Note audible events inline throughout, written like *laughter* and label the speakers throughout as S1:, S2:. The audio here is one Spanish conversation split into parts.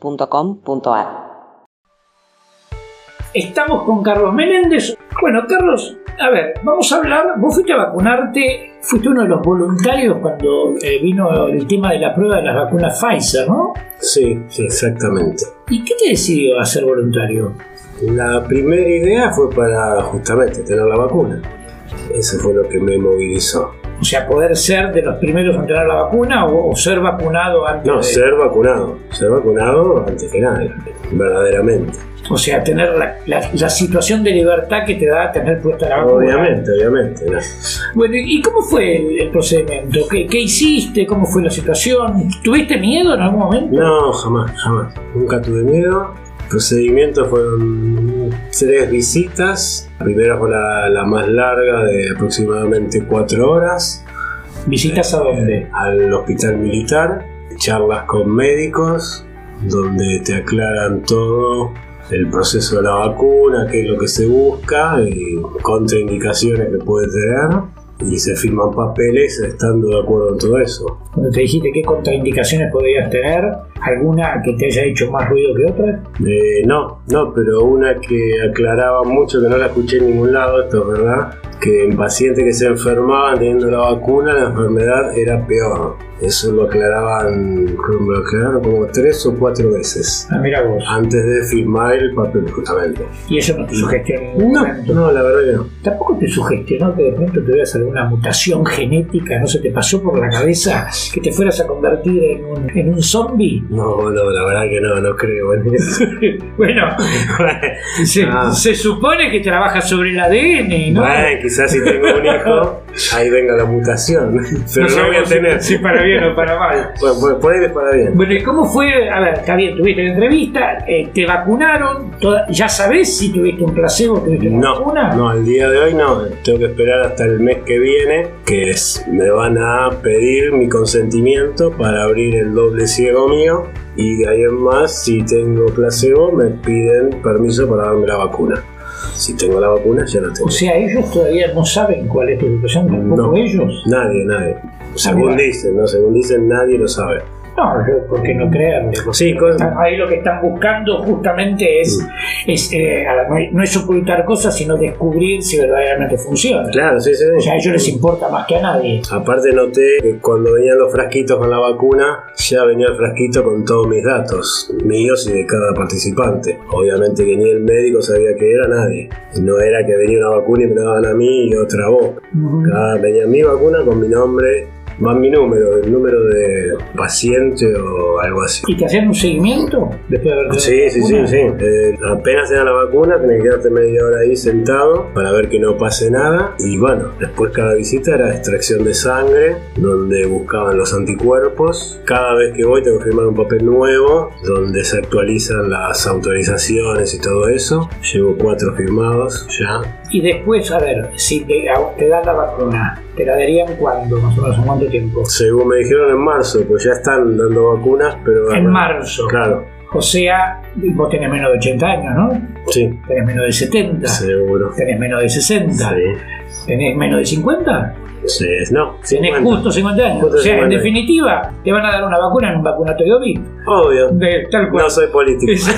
S1: valoresporteños.com.ar.
S2: Estamos con Carlos Menéndez. Bueno, Carlos, a ver, vamos a hablar. Vos fuiste a vacunarte, fuiste uno de los voluntarios cuando eh, vino el tema de la prueba de las vacunas Pfizer, ¿no?
S3: Sí, exactamente.
S2: ¿Y qué te decidió a ser voluntario?
S3: La primera idea fue para justamente tener la vacuna. Eso fue lo que me movilizó.
S2: O sea, poder ser de los primeros en tener la vacuna o, o ser vacunado antes
S3: No,
S2: de-
S3: ser vacunado. Ser vacunado antes que nada, verdaderamente.
S2: O sea, tener la, la- la situación de libertad que te da tener puesta la vacuna.
S3: Obviamente, obviamente. ¿no?
S2: Bueno, ¿y cómo fue el, el procedimiento? ¿Qué, qué hiciste? ¿Cómo fue la situación? ¿Tuviste miedo en algún momento?
S3: No, jamás, jamás. Nunca tuve miedo. Procedimiento fueron tres visitas. La primera fue la, la más larga de aproximadamente cuatro horas.
S2: ¿Visitas a dónde?
S3: Al hospital militar, charlas con médicos, donde te aclaran todo el proceso de la vacuna, qué es lo que se busca, y contraindicaciones que puede tener. Y se firman papeles estando de acuerdo en todo eso.
S2: Cuando te dijiste qué contraindicaciones podías tener, ¿alguna que te haya hecho más ruido que otra?
S3: Eh, no, no, pero una que aclaraba mucho, que no la escuché en ningún lado, esto es verdad, que en pacientes que se enfermaban teniendo la vacuna, la enfermedad era peor. Eso lo aclaraban, creo que me lo aclararon como tres o cuatro veces
S2: Ah, mira vos.
S3: antes de firmar el papel, justamente.
S2: Y eso no te sugestionó en ningún
S3: No,
S2: momento.
S3: no, la verdad que no.
S2: Tampoco te sugestionó que de pronto tuvieras alguna mutación genética, no se te pasó por la cabeza que te fueras a convertir en un, en un zombie. *laughs*
S3: No, no, la verdad que no, no creo en eso.
S2: bueno, se,
S3: Ah.
S2: se supone que trabaja sobre el ADN, ¿no?
S3: Bueno, quizás si tengo un hijo, ahí venga la mutación, *laughs* pero no, voy a
S2: sabemos si-
S3: tener.
S2: Si, para bien o para mal.
S3: Bueno, por- por ahí es para bien.
S2: Bueno, ¿y cómo fue? A ver, está bien, tuviste la entrevista, eh, te vacunaron, toda- ya sabés si tuviste un placebo, tuviste una
S3: No,
S2: vacuna.
S3: no, el día de hoy no. Tengo que esperar hasta el mes que viene, que es, me van a pedir mi consentimiento para abrir el doble ciego mío. Y de ahí en más, si tengo placebo, me piden permiso para darme la vacuna. Si tengo la vacuna, ya la tengo.
S2: O sea, ellos todavía no saben cuál es tu situación, tampoco
S3: No.
S2: ellos.
S3: Nadie, nadie. Según
S2: mira.
S3: dicen, ¿no? Según dicen, nadie lo sabe.
S2: No, yo, ¿por qué no creerle? Porque
S3: Sí,
S2: lo que
S3: con-
S2: están- ahí lo que están buscando justamente es, es, eh, a ver, no, es- no es ocultar cosas, sino descubrir si verdaderamente funciona.
S3: Claro, sí, sí.
S2: O sea, a ellos les importa más que a nadie.
S3: Aparte noté que cuando venían los frasquitos con la vacuna, ya venía el frasquito con todos mis datos, míos y de cada participante. Obviamente que ni el médico sabía que era nadie. No era que venía una vacuna y me la daban a mí y otra a vos. Cada venía mi vacuna con mi nombre, más mi número, el número de paciente o algo así.
S2: ¿Y te hacían un seguimiento después de haber tenido
S3: Sí,
S2: la
S3: sí, sí,
S2: vacuna?
S3: sí. Eh, apenas te dan la vacuna, tenés que quedarte media hora ahí sentado para ver que no pase nada. Y bueno, después cada visita era extracción de sangre, donde buscaban los anticuerpos. Cada vez que voy tengo que firmar un papel nuevo, donde se actualizan las autorizaciones y todo eso. Llevo cuatro firmados ya.
S2: Y después, a ver, si te, a- te dan la vacuna, ¿te la darían cuándo? Más o menos, ¿en cuánto tiempo?
S3: Según me dijeron en marzo, pues ya están dando vacunas, pero...
S2: En marzo.
S3: Claro,
S2: O sea, vos tenés menos de 80 años, ¿no?
S3: sí,
S2: Tenés menos de 70.
S3: seguro.
S2: Tenés menos de 60. Tenés menos de 50.
S3: Sí, sí, no,
S2: Tenés
S3: 50.
S2: justo 50 años.
S3: Justo
S2: o sea,
S3: 50
S2: en
S3: años.
S2: definitiva, te van a dar una vacuna en un vacunatorio VIP.
S3: Obvio.
S2: De tal cual.
S3: No soy
S2: *laughs*
S3: político.
S2: Esa,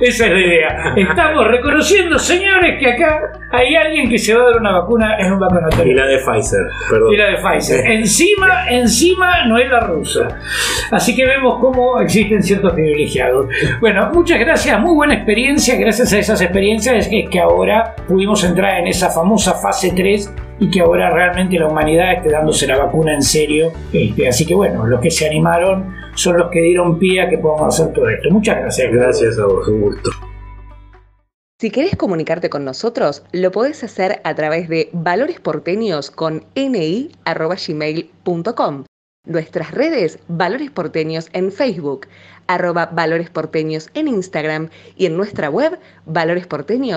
S2: esa es la idea. Estamos reconociendo, señores, que acá hay alguien que se va a dar una vacuna en un
S3: Y
S2: vacunatorio.
S3: la de Pfizer, perdón.
S2: Y la de Pfizer. Encima, encima no es la rusa. Así que vemos cómo existen ciertos privilegiados. Bueno, muchas gracias, muy buena experiencia. Gracias a esas experiencias es que, que ahora pudimos entrar en esa famosa fase 3 y que ahora realmente la humanidad esté dándose la vacuna en serio. Este, así que bueno, los que se animaron son los que dieron pie a que podamos hacer todo esto. Muchas gracias.
S3: Gracias a vos, un gusto.
S1: Si querés comunicarte con nosotros, lo podés hacer a través de valoresporteños con ni arroba gmail.com. Nuestras redes, Valores Porteños en Facebook, arroba Valores Porteños en Instagram y en nuestra web valoresporteños.com.ar.